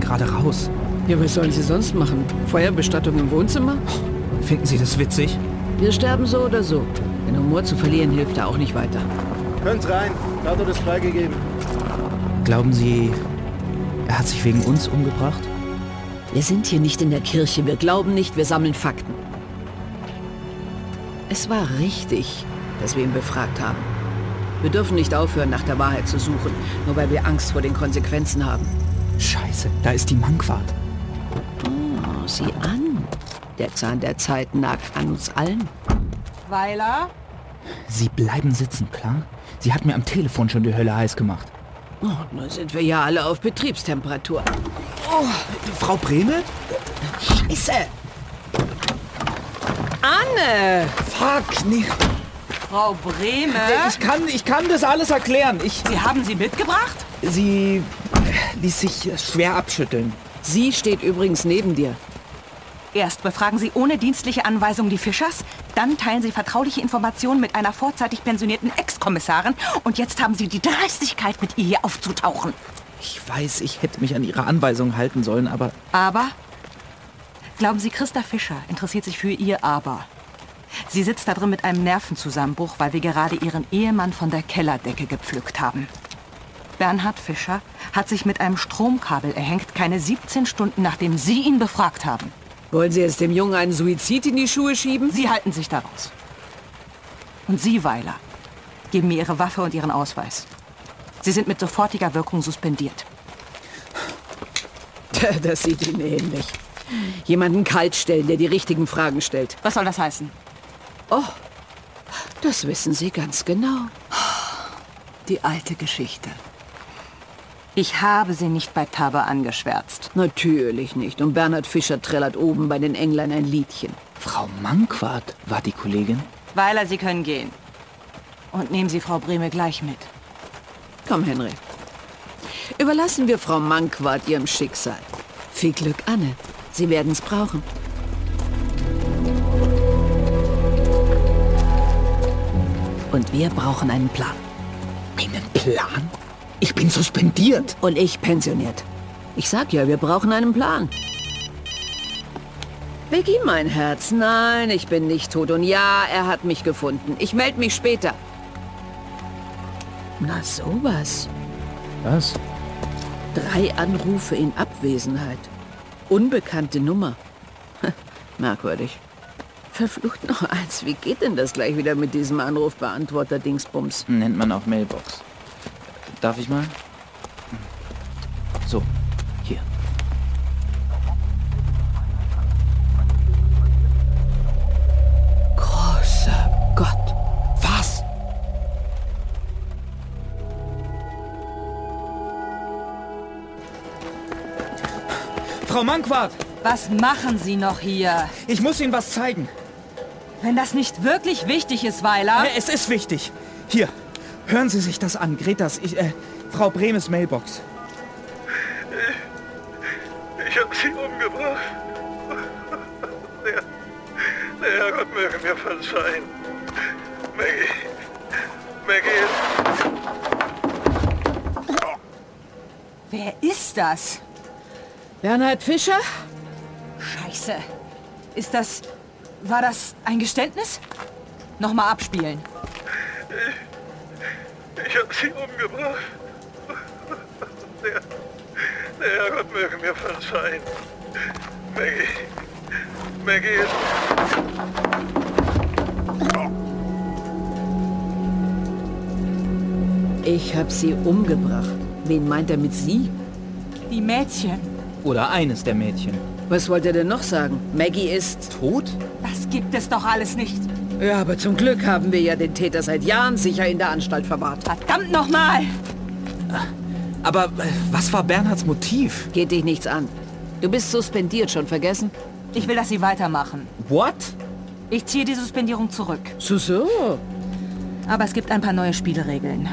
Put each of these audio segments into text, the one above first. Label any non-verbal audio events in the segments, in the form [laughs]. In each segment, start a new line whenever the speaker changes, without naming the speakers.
gerade raus.
Ja, was sollen sie sonst machen? Feuerbestattung im Wohnzimmer?
Finden Sie das witzig?
Wir sterben so oder so. Den Humor zu verlieren hilft da auch nicht weiter.
Könnt rein. Tatort ist freigegeben.
Glauben Sie, er hat sich wegen uns umgebracht?
Wir sind hier nicht in der Kirche. Wir glauben nicht, wir sammeln Fakten. Es war richtig, dass wir ihn befragt haben. Wir dürfen nicht aufhören, nach der Wahrheit zu suchen, nur weil wir Angst vor den Konsequenzen haben.
Scheiße, da ist die Mankwart.
Oh, sieh an. Der Zahn der Zeit nagt an uns allen.
Weiler?
Sie bleiben sitzen, klar? Sie hat mir am Telefon schon die Hölle heiß gemacht.
Oh, nun sind wir ja alle auf Betriebstemperatur.
Frau Bremel?
Scheiße! Anne!
Fuck, nee.
Frau Brehme?
Ich kann, ich kann das alles erklären. Ich,
Sie haben sie mitgebracht?
sie ließ sich schwer abschütteln.
Sie steht übrigens neben dir.
Erst befragen Sie ohne dienstliche Anweisung die Fischers, dann teilen Sie vertrauliche Informationen mit einer vorzeitig pensionierten Ex-Kommissarin und jetzt haben Sie die Dreistigkeit, mit ihr hier aufzutauchen.
Ich weiß, ich hätte mich an ihre Anweisungen halten sollen, aber
Aber? Glauben Sie, Christa Fischer interessiert sich für ihr Aber. Sie sitzt da drin mit einem Nervenzusammenbruch, weil wir gerade ihren Ehemann von der Kellerdecke gepflückt haben. Bernhard Fischer hat sich mit einem Stromkabel erhängt, keine 17 Stunden nachdem Sie ihn befragt haben.
Wollen Sie jetzt dem Jungen einen Suizid in die Schuhe schieben? [laughs]
Sie halten sich daraus. Und Sie, Weiler, geben mir Ihre Waffe und Ihren Ausweis. Sie sind mit sofortiger Wirkung suspendiert.
Das sieht Ihnen ähnlich. Jemanden kaltstellen, der die richtigen Fragen stellt.
Was soll das heißen?
Das wissen Sie ganz genau.
Die alte Geschichte. Ich habe sie nicht bei Taba angeschwärzt.
Natürlich nicht. Und Bernhard Fischer trällert oben bei den Englern ein Liedchen.
Frau Mankwart war die Kollegin.
Weiler, Sie können gehen. Und nehmen Sie Frau Brehme gleich mit.
Komm, Henry. Überlassen wir Frau Mankwart ihrem Schicksal. Viel Glück, Anne. Sie werden es brauchen. Und wir brauchen einen Plan.
Einen Plan? Ich bin suspendiert.
Und ich pensioniert. Ich sag ja, wir brauchen einen Plan. Vicky, mein Herz, nein, ich bin nicht tot. Und ja, er hat mich gefunden. Ich melde mich später. Na sowas.
Was?
Drei Anrufe in Abwesenheit. Unbekannte Nummer. Merkwürdig. Verflucht noch eins. Wie geht denn das gleich wieder mit diesem Anrufbeantworter Dingsbums?
Nennt man auch Mailbox. Darf ich mal? So, hier.
Großer Gott.
Was? Frau Mankwart,
Was machen Sie noch hier?
ich muss Ihnen was zeigen.
Wenn das nicht wirklich wichtig ist, Weiler.
Äh, Es ist wichtig. Hier, hören Sie sich das an. Gretas, ich, äh, Frau Bremes Mailbox.
Ich hab sie umgebracht. Der, der Herrgott möge mir verzeihen. Maggie. Maggie ist
Wer ist das?
Bernhard Fischer?
Scheiße. Ist das. War das ein Geständnis? Nochmal abspielen.
Ich hab sie umgebracht. Der, der Herrgott möge mir verzeihen. Maggie. Maggie ist...
Ich habe sie umgebracht. Wen meint er mit sie?
Die Mädchen.
Oder eines der Mädchen.
Was wollte er denn noch sagen? Maggie ist...
Tot?
Das gibt es doch alles nicht.
Ja, aber zum Glück haben wir ja den Täter seit Jahren sicher in der Anstalt verwahrt.
Verdammt nochmal!
Aber äh, was war Bernhards Motiv?
Geht dich nichts an. Du bist suspendiert, schon vergessen?
Ich will, dass Sie weitermachen.
What?
Ich ziehe die Suspendierung zurück.
So, so.
Aber es gibt ein paar neue Spielregeln.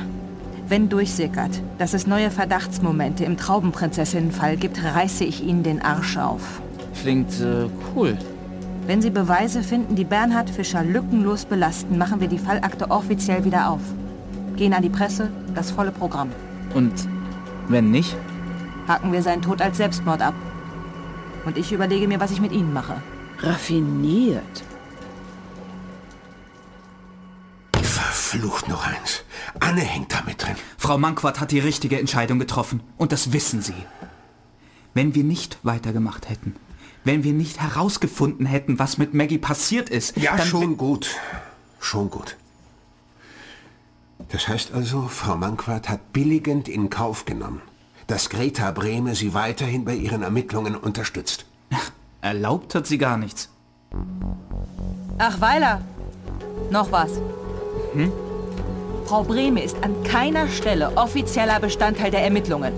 Wenn durchsickert, dass es neue Verdachtsmomente im Traubenprinzessinnenfall gibt, reiße ich Ihnen den Arsch auf.
Klingt äh, cool.
Wenn Sie Beweise finden, die Bernhard Fischer lückenlos belasten, machen wir die Fallakte offiziell wieder auf. Gehen an die Presse, das volle Programm.
Und wenn nicht?
haken wir seinen Tod als Selbstmord ab. Und ich überlege mir, was ich mit Ihnen mache.
Raffiniert.
Verflucht noch eins. Anne hängt da mit drin.
Frau Mankwart hat die richtige Entscheidung getroffen und das wissen Sie. Wenn wir nicht weitergemacht hätten, wenn wir nicht herausgefunden hätten, was mit Maggie passiert ist,
Ja,
dann
schon gut. Schon gut. Das heißt also, Frau Mankwart hat billigend in Kauf genommen, dass Greta Brehme sie weiterhin bei ihren Ermittlungen unterstützt.
erlaubt hat sie gar nichts.
Ach, Weiler! Noch was. Frau Brehme ist an keiner Stelle offizieller Bestandteil der Ermittlungen.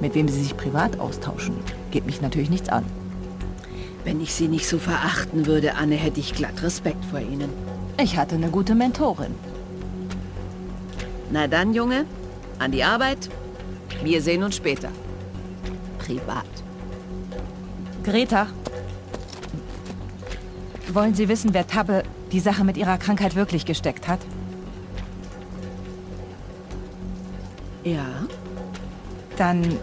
Mit wem Sie sich privat austauschen, geht mich natürlich nichts an.
Wenn ich sie nicht so verachten würde, Anne, hätte ich glatt Respekt vor Ihnen.
Ich hatte eine gute Mentorin.
Na dann, Junge, an die Arbeit. Wir sehen uns später. Privat.
Greta. Wollen Sie wissen, wer Tabbe die Sache mit ihrer Krankheit wirklich gesteckt hat?
Ja,
Dann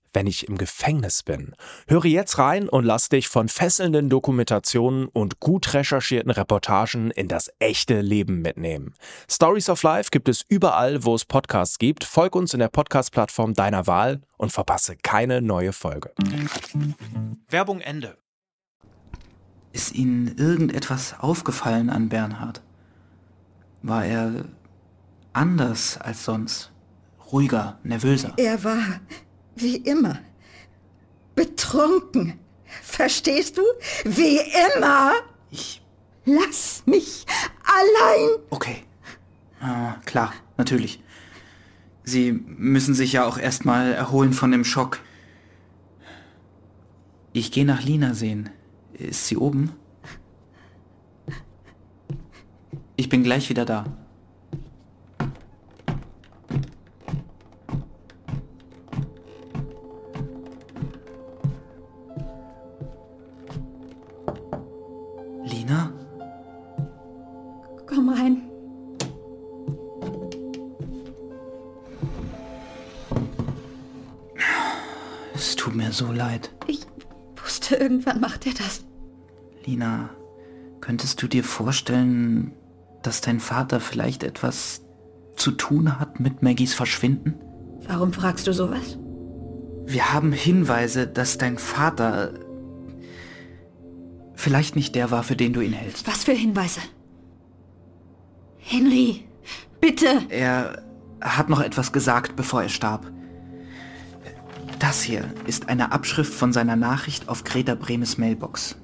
wenn ich im Gefängnis bin? Höre jetzt rein und lass dich von fesselnden Dokumentationen und gut recherchierten Reportagen in das echte Leben mitnehmen. Stories of Life gibt es überall, wo es Podcasts gibt. Folg uns in der Podcast-Plattform deiner Wahl und verpasse keine neue Folge. Werbung Ende.
Ist Ihnen irgendetwas aufgefallen an Bernhard? War er anders als sonst? Ruhiger, nervöser?
Er war, wie immer, betrunken. Verstehst du? Wie immer.
Ich.
Lass mich allein.
Okay. Ah, klar, natürlich. Sie müssen sich ja auch erstmal erholen von dem Schock. Ich gehe nach Lina sehen. Ist sie oben? Ich bin gleich wieder da. tut mir so leid.
Ich wusste, irgendwann macht er das.
Lina, könntest du dir vorstellen, dass dein Vater vielleicht etwas zu tun hat mit Maggies Verschwinden?
Warum fragst du sowas?
Wir haben Hinweise, dass dein Vater vielleicht nicht der war, für den du ihn hältst.
Was für Hinweise? Henry, bitte!
Er hat noch etwas gesagt, bevor er starb. Das hier ist eine Abschrift von seiner Nachricht auf Greta Bremes Mailbox.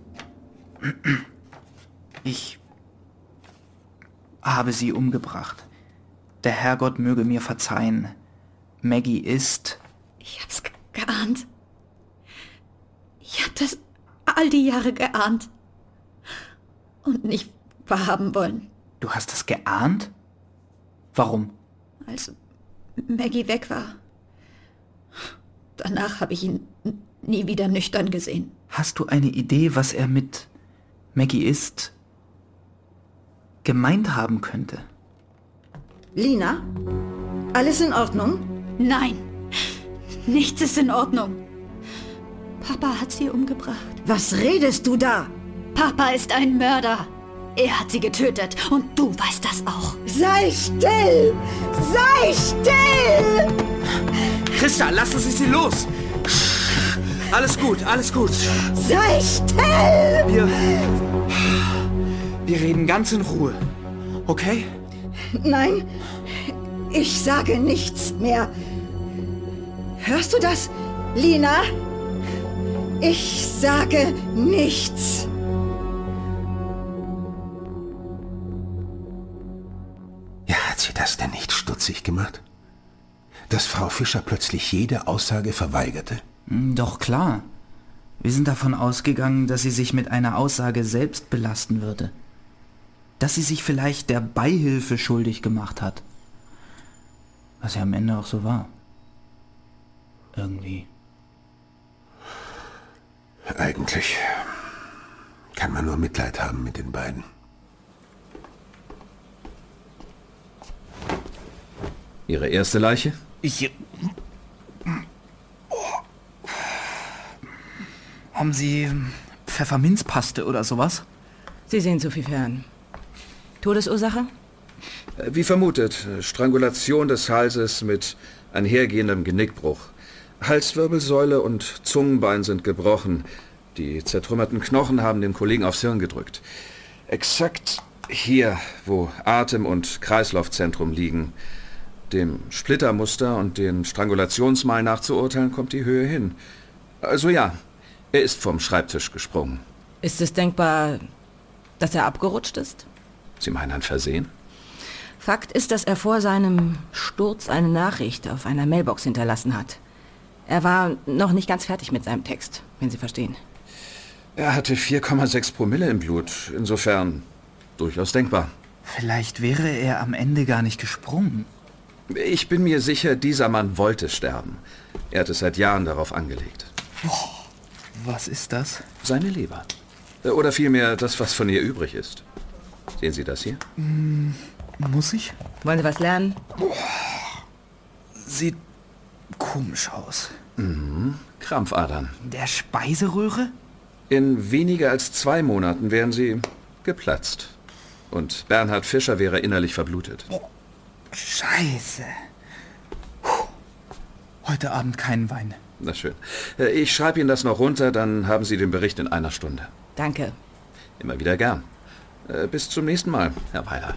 Ich habe sie umgebracht. Der Herrgott möge mir verzeihen. Maggie ist...
Ich hab's ge- geahnt. Ich hab das all die Jahre geahnt. Und nicht wahrhaben wollen.
Du hast es geahnt? Warum?
als Maggie weg war. Danach habe ich ihn n- nie wieder nüchtern gesehen.
Hast du eine Idee, was er mit Maggie ist gemeint haben könnte?
Lina, alles in Ordnung?
Nein, nichts ist in Ordnung. Papa hat sie umgebracht.
Was redest du da?
Papa ist ein Mörder. Er hat sie getötet und du weißt das auch.
Sei still! Sei still!
Christa, lassen Sie sie los! Alles gut, alles gut.
Sei still!
Wir... Wir reden ganz in Ruhe. Okay?
Nein, ich sage nichts mehr. Hörst du das, Lina? Ich sage nichts.
Ja, hat sie das denn nicht stutzig gemacht? Dass Frau Fischer plötzlich jede Aussage verweigerte?
Hm, Doch klar. Wir sind davon ausgegangen, dass sie sich mit einer Aussage selbst belasten würde. Dass sie sich vielleicht der Beihilfe schuldig gemacht hat. Was ja am Ende auch so war. Irgendwie.
Eigentlich kann man nur Mitleid haben mit den beiden.
Ihre erste Leiche?
Ich... Haben Sie Pfefferminzpaste oder sowas?
Sie sehen zu viel fern. Todesursache?
Äh, Wie vermutet, äh, Strangulation des Halses mit einhergehendem Genickbruch. Halswirbelsäule und Zungenbein sind gebrochen. Die zertrümmerten Knochen haben dem Kollegen aufs Hirn gedrückt. Exakt hier, wo Atem- und Kreislaufzentrum liegen. Dem Splittermuster und den Strangulationsmal nachzuurteilen, kommt die Höhe hin. Also ja, er ist vom Schreibtisch gesprungen.
Ist es denkbar, dass er abgerutscht ist?
Sie meinen ein Versehen?
Fakt ist, dass er vor seinem Sturz eine Nachricht auf einer Mailbox hinterlassen hat. Er war noch nicht ganz fertig mit seinem Text, wenn Sie verstehen.
Er hatte 4,6 Promille im Blut. Insofern durchaus denkbar.
Vielleicht wäre er am Ende gar nicht gesprungen.
Ich bin mir sicher, dieser Mann wollte sterben. Er hat es seit Jahren darauf angelegt.
Was ist das?
Seine Leber. Oder vielmehr das, was von ihr übrig ist. Sehen Sie das hier?
Muss ich?
Wollen Sie was lernen?
Sieht komisch aus.
Krampfadern.
Der Speiseröhre?
In weniger als zwei Monaten wären sie geplatzt. Und Bernhard Fischer wäre innerlich verblutet.
Scheiße. Puh. Heute Abend keinen Wein.
Na schön. Äh, Ich schreibe Ihnen das noch runter, dann haben Sie den Bericht in einer Stunde.
Danke.
Immer wieder gern. Äh, Bis zum nächsten Mal, Herr Weiler.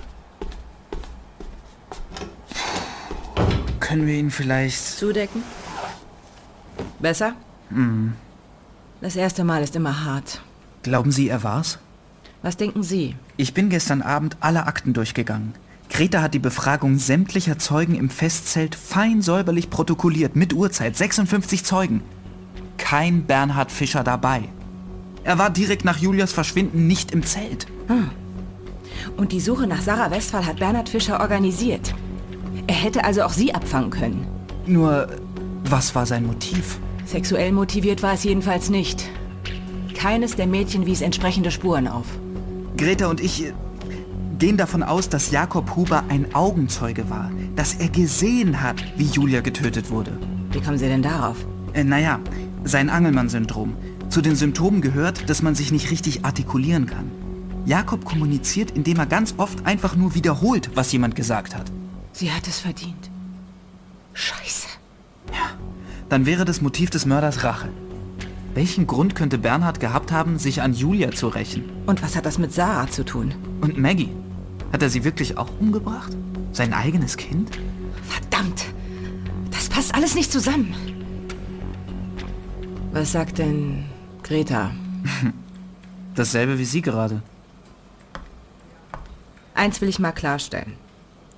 Können wir ihn vielleicht...
Zudecken? Besser? Das erste Mal ist immer hart.
Glauben Sie, er war's?
Was denken Sie?
Ich bin gestern Abend alle Akten durchgegangen. Greta hat die Befragung sämtlicher Zeugen im Festzelt fein säuberlich protokolliert, mit Uhrzeit, 56 Zeugen. Kein Bernhard Fischer dabei. Er war direkt nach Julias Verschwinden nicht im Zelt.
Und die Suche nach Sarah Westphal hat Bernhard Fischer organisiert. Er hätte also auch Sie abfangen können.
Nur, was war sein Motiv?
Sexuell motiviert war es jedenfalls nicht. Keines der Mädchen wies entsprechende Spuren auf.
Greta und ich äh, gehen davon aus, dass Jakob Huber ein Augenzeuge war, dass er gesehen hat, wie Julia getötet wurde.
Wie kommen Sie denn darauf?
Äh, naja, sein Angelmann-Syndrom. Zu den Symptomen gehört, dass man sich nicht richtig artikulieren kann. Jakob kommuniziert, indem er ganz oft einfach nur wiederholt, was jemand gesagt hat.
Sie hat es verdient.
Scheiße. Ja, dann wäre das Motiv des Mörders Rache. Welchen Grund könnte Bernhard gehabt haben, sich an Julia zu rächen?
Und was hat das mit Sarah zu tun?
Und Maggie? Hat er sie wirklich auch umgebracht? Sein eigenes Kind?
Verdammt! Das passt alles nicht zusammen. Was sagt denn Greta?
Dasselbe wie Sie gerade.
Eins will ich mal klarstellen.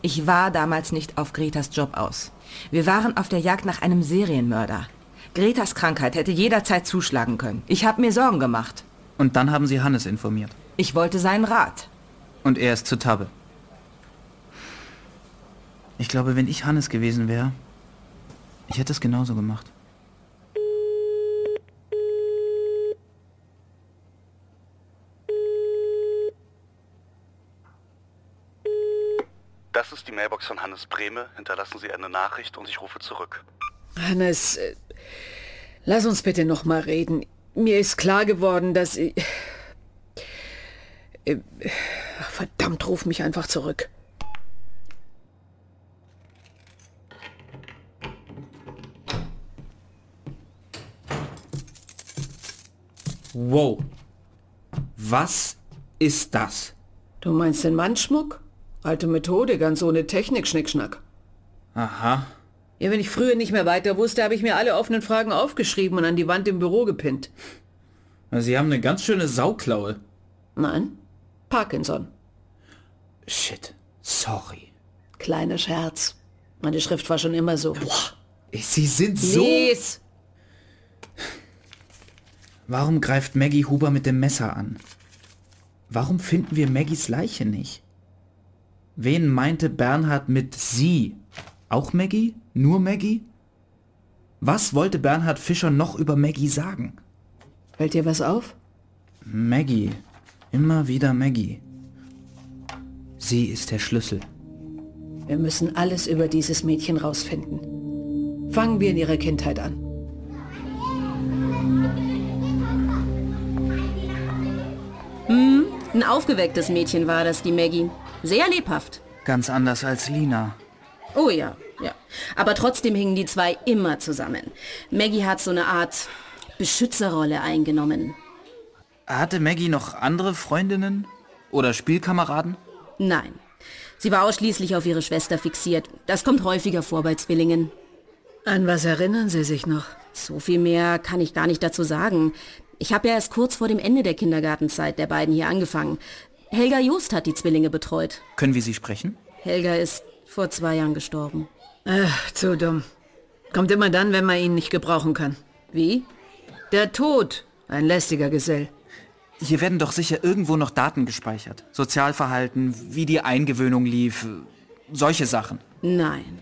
Ich war damals nicht auf Gretas Job aus. Wir waren auf der Jagd nach einem Serienmörder. Gretas Krankheit hätte jederzeit zuschlagen können. Ich habe mir Sorgen gemacht.
Und dann haben Sie Hannes informiert.
Ich wollte seinen Rat.
Und er ist zur Tabbe. Ich glaube, wenn ich Hannes gewesen wäre, ich hätte es genauso gemacht.
Das ist die Mailbox von Hannes Brehme. Hinterlassen Sie eine Nachricht und ich rufe zurück.
Hannes, äh, lass uns bitte noch mal reden. Mir ist klar geworden, dass ich... Äh, Verdammt, ruf mich einfach zurück.
Wow. Was ist das?
Du meinst den Mannschmuck? Alte Methode, ganz ohne Technik, Schnickschnack.
Aha.
Ja, wenn ich früher nicht mehr weiter wusste, habe ich mir alle offenen Fragen aufgeschrieben und an die Wand im Büro gepinnt.
Sie haben eine ganz schöne Sauklaue.
Nein, Parkinson.
Shit. Sorry.
Kleiner Scherz. Meine Schrift war schon immer so.
Sie sind so...
Lies!
Warum greift Maggie Huber mit dem Messer an? Warum finden wir Maggies Leiche nicht? Wen meinte Bernhard mit sie? Auch Maggie? Nur Maggie? Was wollte Bernhard Fischer noch über Maggie sagen?
Fällt dir was auf?
Maggie. Immer wieder Maggie. Sie ist der Schlüssel.
Wir müssen alles über dieses Mädchen rausfinden. Fangen wir in ihrer Kindheit an.
Hm, ein aufgewecktes Mädchen war das, die Maggie. Sehr lebhaft.
Ganz anders als Lina.
Oh ja, ja. Aber trotzdem hingen die zwei immer zusammen. Maggie hat so eine Art Beschützerrolle eingenommen.
Hatte Maggie noch andere Freundinnen? Oder Spielkameraden?
Nein. Sie war ausschließlich auf ihre Schwester fixiert. Das kommt häufiger vor bei Zwillingen.
An was erinnern Sie sich noch?
So viel mehr kann ich gar nicht dazu sagen. Ich habe ja erst kurz vor dem Ende der Kindergartenzeit der beiden hier angefangen. Helga Joost hat die Zwillinge betreut.
Können wir sie sprechen?
Helga ist vor zwei Jahren gestorben.
Ach, Äh, zu dumm. Kommt immer dann, wenn man ihn nicht gebrauchen kann.
Wie?
Der Tod. Ein lästiger Gesell.
Hier werden doch sicher irgendwo noch Daten gespeichert. Sozialverhalten, wie die Eingewöhnung lief, solche Sachen.
Nein.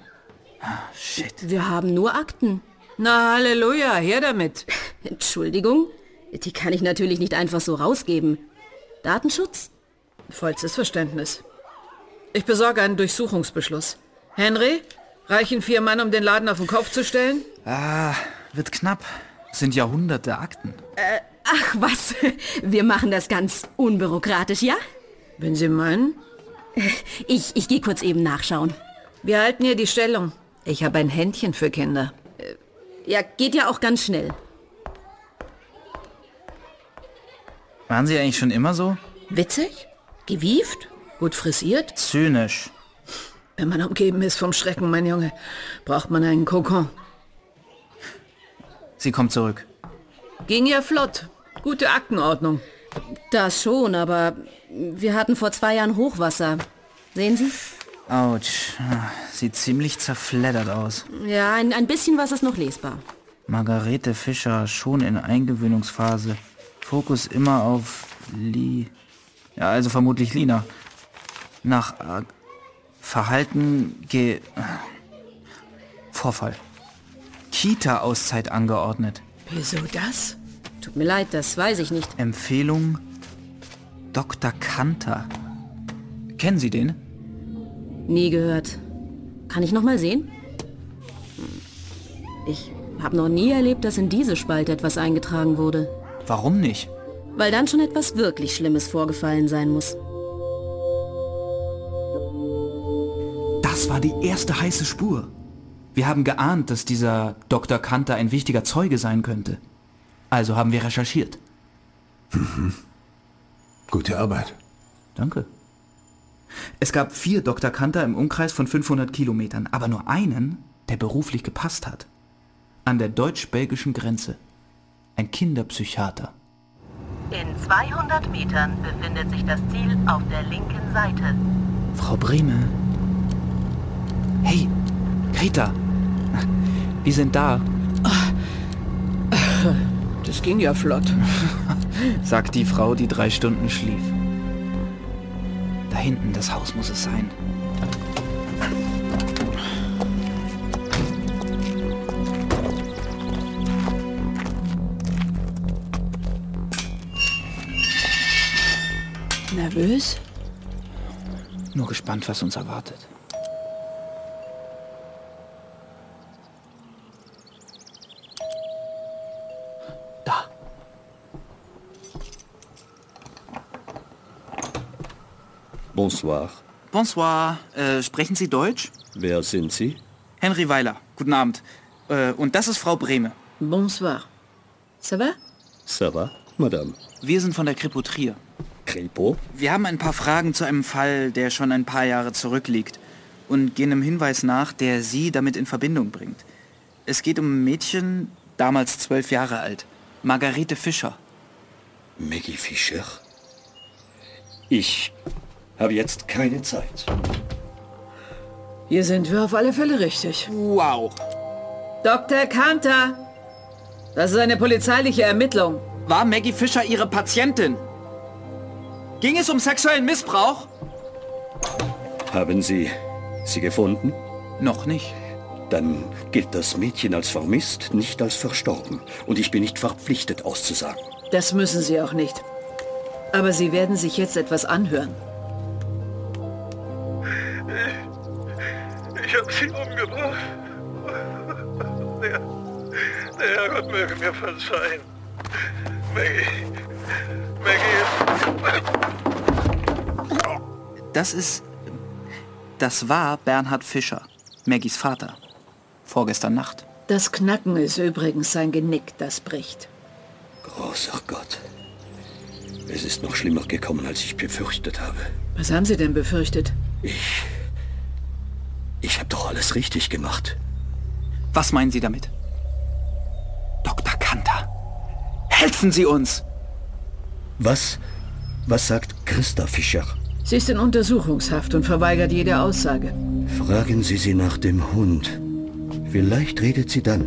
Ah, shit.
Wir haben nur Akten.
Na, Halleluja, her damit.
Entschuldigung, die kann ich natürlich nicht einfach so rausgeben. Datenschutz?
Vollstes Verständnis. Ich besorge einen Durchsuchungsbeschluss. Henry, reichen vier Mann, um den Laden auf den Kopf zu stellen?
Ah, wird knapp. Es sind Jahrhunderte Akten.
Äh, ach was, [laughs] wir machen das ganz unbürokratisch, ja?
Wenn Sie meinen.
[laughs] Ich, ich gehe kurz eben nachschauen.
Wir halten hier die Stellung. Ich habe ein Händchen für Kinder.
Ja, geht ja auch ganz schnell.
Waren Sie eigentlich schon immer so?
Witzig, gewieft, gut frisiert.
Zynisch.
Wenn man umgeben ist vom Schrecken, mein Junge, braucht man einen Kokon.
Sie kommt zurück.
Ging ja flott. Gute Aktenordnung.
Das schon, aber wir hatten vor zwei Jahren Hochwasser. Sehen Sie?
Autsch. Sieht ziemlich zerfleddert aus.
Ja, ein, ein bisschen was ist noch lesbar.
Margarete Fischer schon in Eingewöhnungsphase. Fokus immer auf Li. Ja, also vermutlich Lina. Nach äh, Verhalten ge. Vorfall. Kita-Auszeit angeordnet.
Wieso das?
Tut mir leid, das weiß ich nicht.
Empfehlung Dr. Kanter. Kennen Sie den?
Nie gehört. Kann ich noch mal sehen? Ich
Hm. Hab noch nie erlebt, dass in diese Spalte etwas eingetragen wurde.
Warum nicht?
Weil dann schon etwas wirklich Schlimmes vorgefallen sein muss.
Das war die erste heiße Spur. Wir haben geahnt, dass dieser Dr. Kanter ein wichtiger Zeuge sein könnte. Also haben wir recherchiert.
Mhm. Gute Arbeit.
Danke. Es gab vier Dr. Kanter im Umkreis von 500 Kilometern, aber nur einen, der beruflich gepasst hat. An der deutsch-belgischen Grenze. Ein Kinderpsychiater.
In 200 Metern befindet sich das Ziel auf der linken Seite.
Frau Brehme. Hey, Greta. Wir sind da.
Das ging ja flott.
sagt die Frau, die drei Stunden schlief. Da hinten, das Haus muss es sein.
Nervös?
Nur gespannt, was uns erwartet.
Bonsoir.
Bonsoir. Äh, sprechen Sie Deutsch?
Wer sind Sie?
Henry Weiler. Guten Abend. Äh, und das ist Frau Brehme.
Bonsoir. Ça va?
Ça va, Madame.
Wir sind von der Kripo Trier.
Kripo?
Wir haben ein paar Fragen zu einem Fall, der schon ein paar Jahre zurückliegt. Und gehen einem Hinweis nach, der Sie damit in Verbindung bringt. Es geht um ein Mädchen, damals zwölf Jahre alt. Margarete Fischer.
Maggie Fischer? Ich habe jetzt keine Zeit.
Hier sind wir auf alle Fälle richtig.
Wow.
Dr. Kanter, das ist eine polizeiliche Ermittlung.
War Maggie Fischer Ihre Patientin? Ging es um sexuellen Missbrauch?
Haben Sie sie gefunden?
Noch nicht.
Dann gilt das Mädchen als vermisst, nicht als verstorben. Und ich bin nicht verpflichtet auszusagen.
Das müssen Sie auch nicht. Aber Sie werden sich jetzt etwas anhören.
Ich hab sie umgebracht. Der, der Herrgott möge mir verzeihen. Maggie. Maggie.
Das ist... Das war Bernhard Fischer, Maggies Vater. Vorgestern Nacht.
Das Knacken ist übrigens sein Genick, das bricht.
Großer Oh, Gott. Es ist noch schlimmer gekommen, als ich befürchtet habe.
Was haben Sie denn befürchtet?
Ich... Ich habe doch alles richtig gemacht.
Was meinen Sie damit? Dr. Kanter, helfen Sie uns!
Was? Was sagt Christa Fischer?
Sie ist in Untersuchungshaft und verweigert jede Aussage.
Fragen Sie sie nach dem Hund. Vielleicht redet sie dann.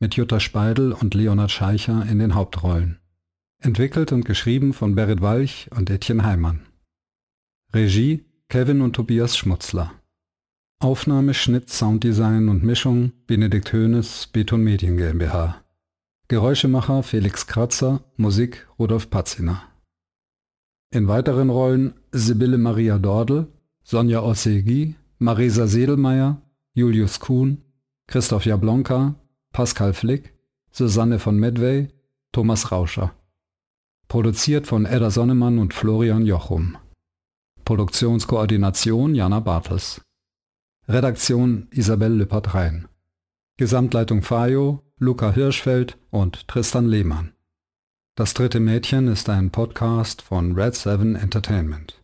mit Jutta Speidel und Leonard Scheicher in den Hauptrollen. Entwickelt und geschrieben von Berit Walch und Etienne Heimann. Regie Kevin und Tobias Schmutzler. Aufnahme, Schnitt, Sounddesign und Mischung Benedikt Höhnes, Beton Medien GmbH. Geräuschemacher Felix Kratzer, Musik Rudolf Patziner. In weiteren Rollen Sibylle Maria Dordel, Sonja Ossegi, Marisa Sedelmeier, Julius Kuhn, Christoph Jablonka, Pascal Flick, Susanne von Medway, Thomas Rauscher. Produziert von Edda Sonnemann und Florian Jochum. Produktionskoordination Jana Bartels. Redaktion Isabel Lüppert-Rhein. Gesamtleitung Fajo, Luca Hirschfeld und Tristan Lehmann. Das dritte Mädchen ist ein Podcast von Red Seven Entertainment.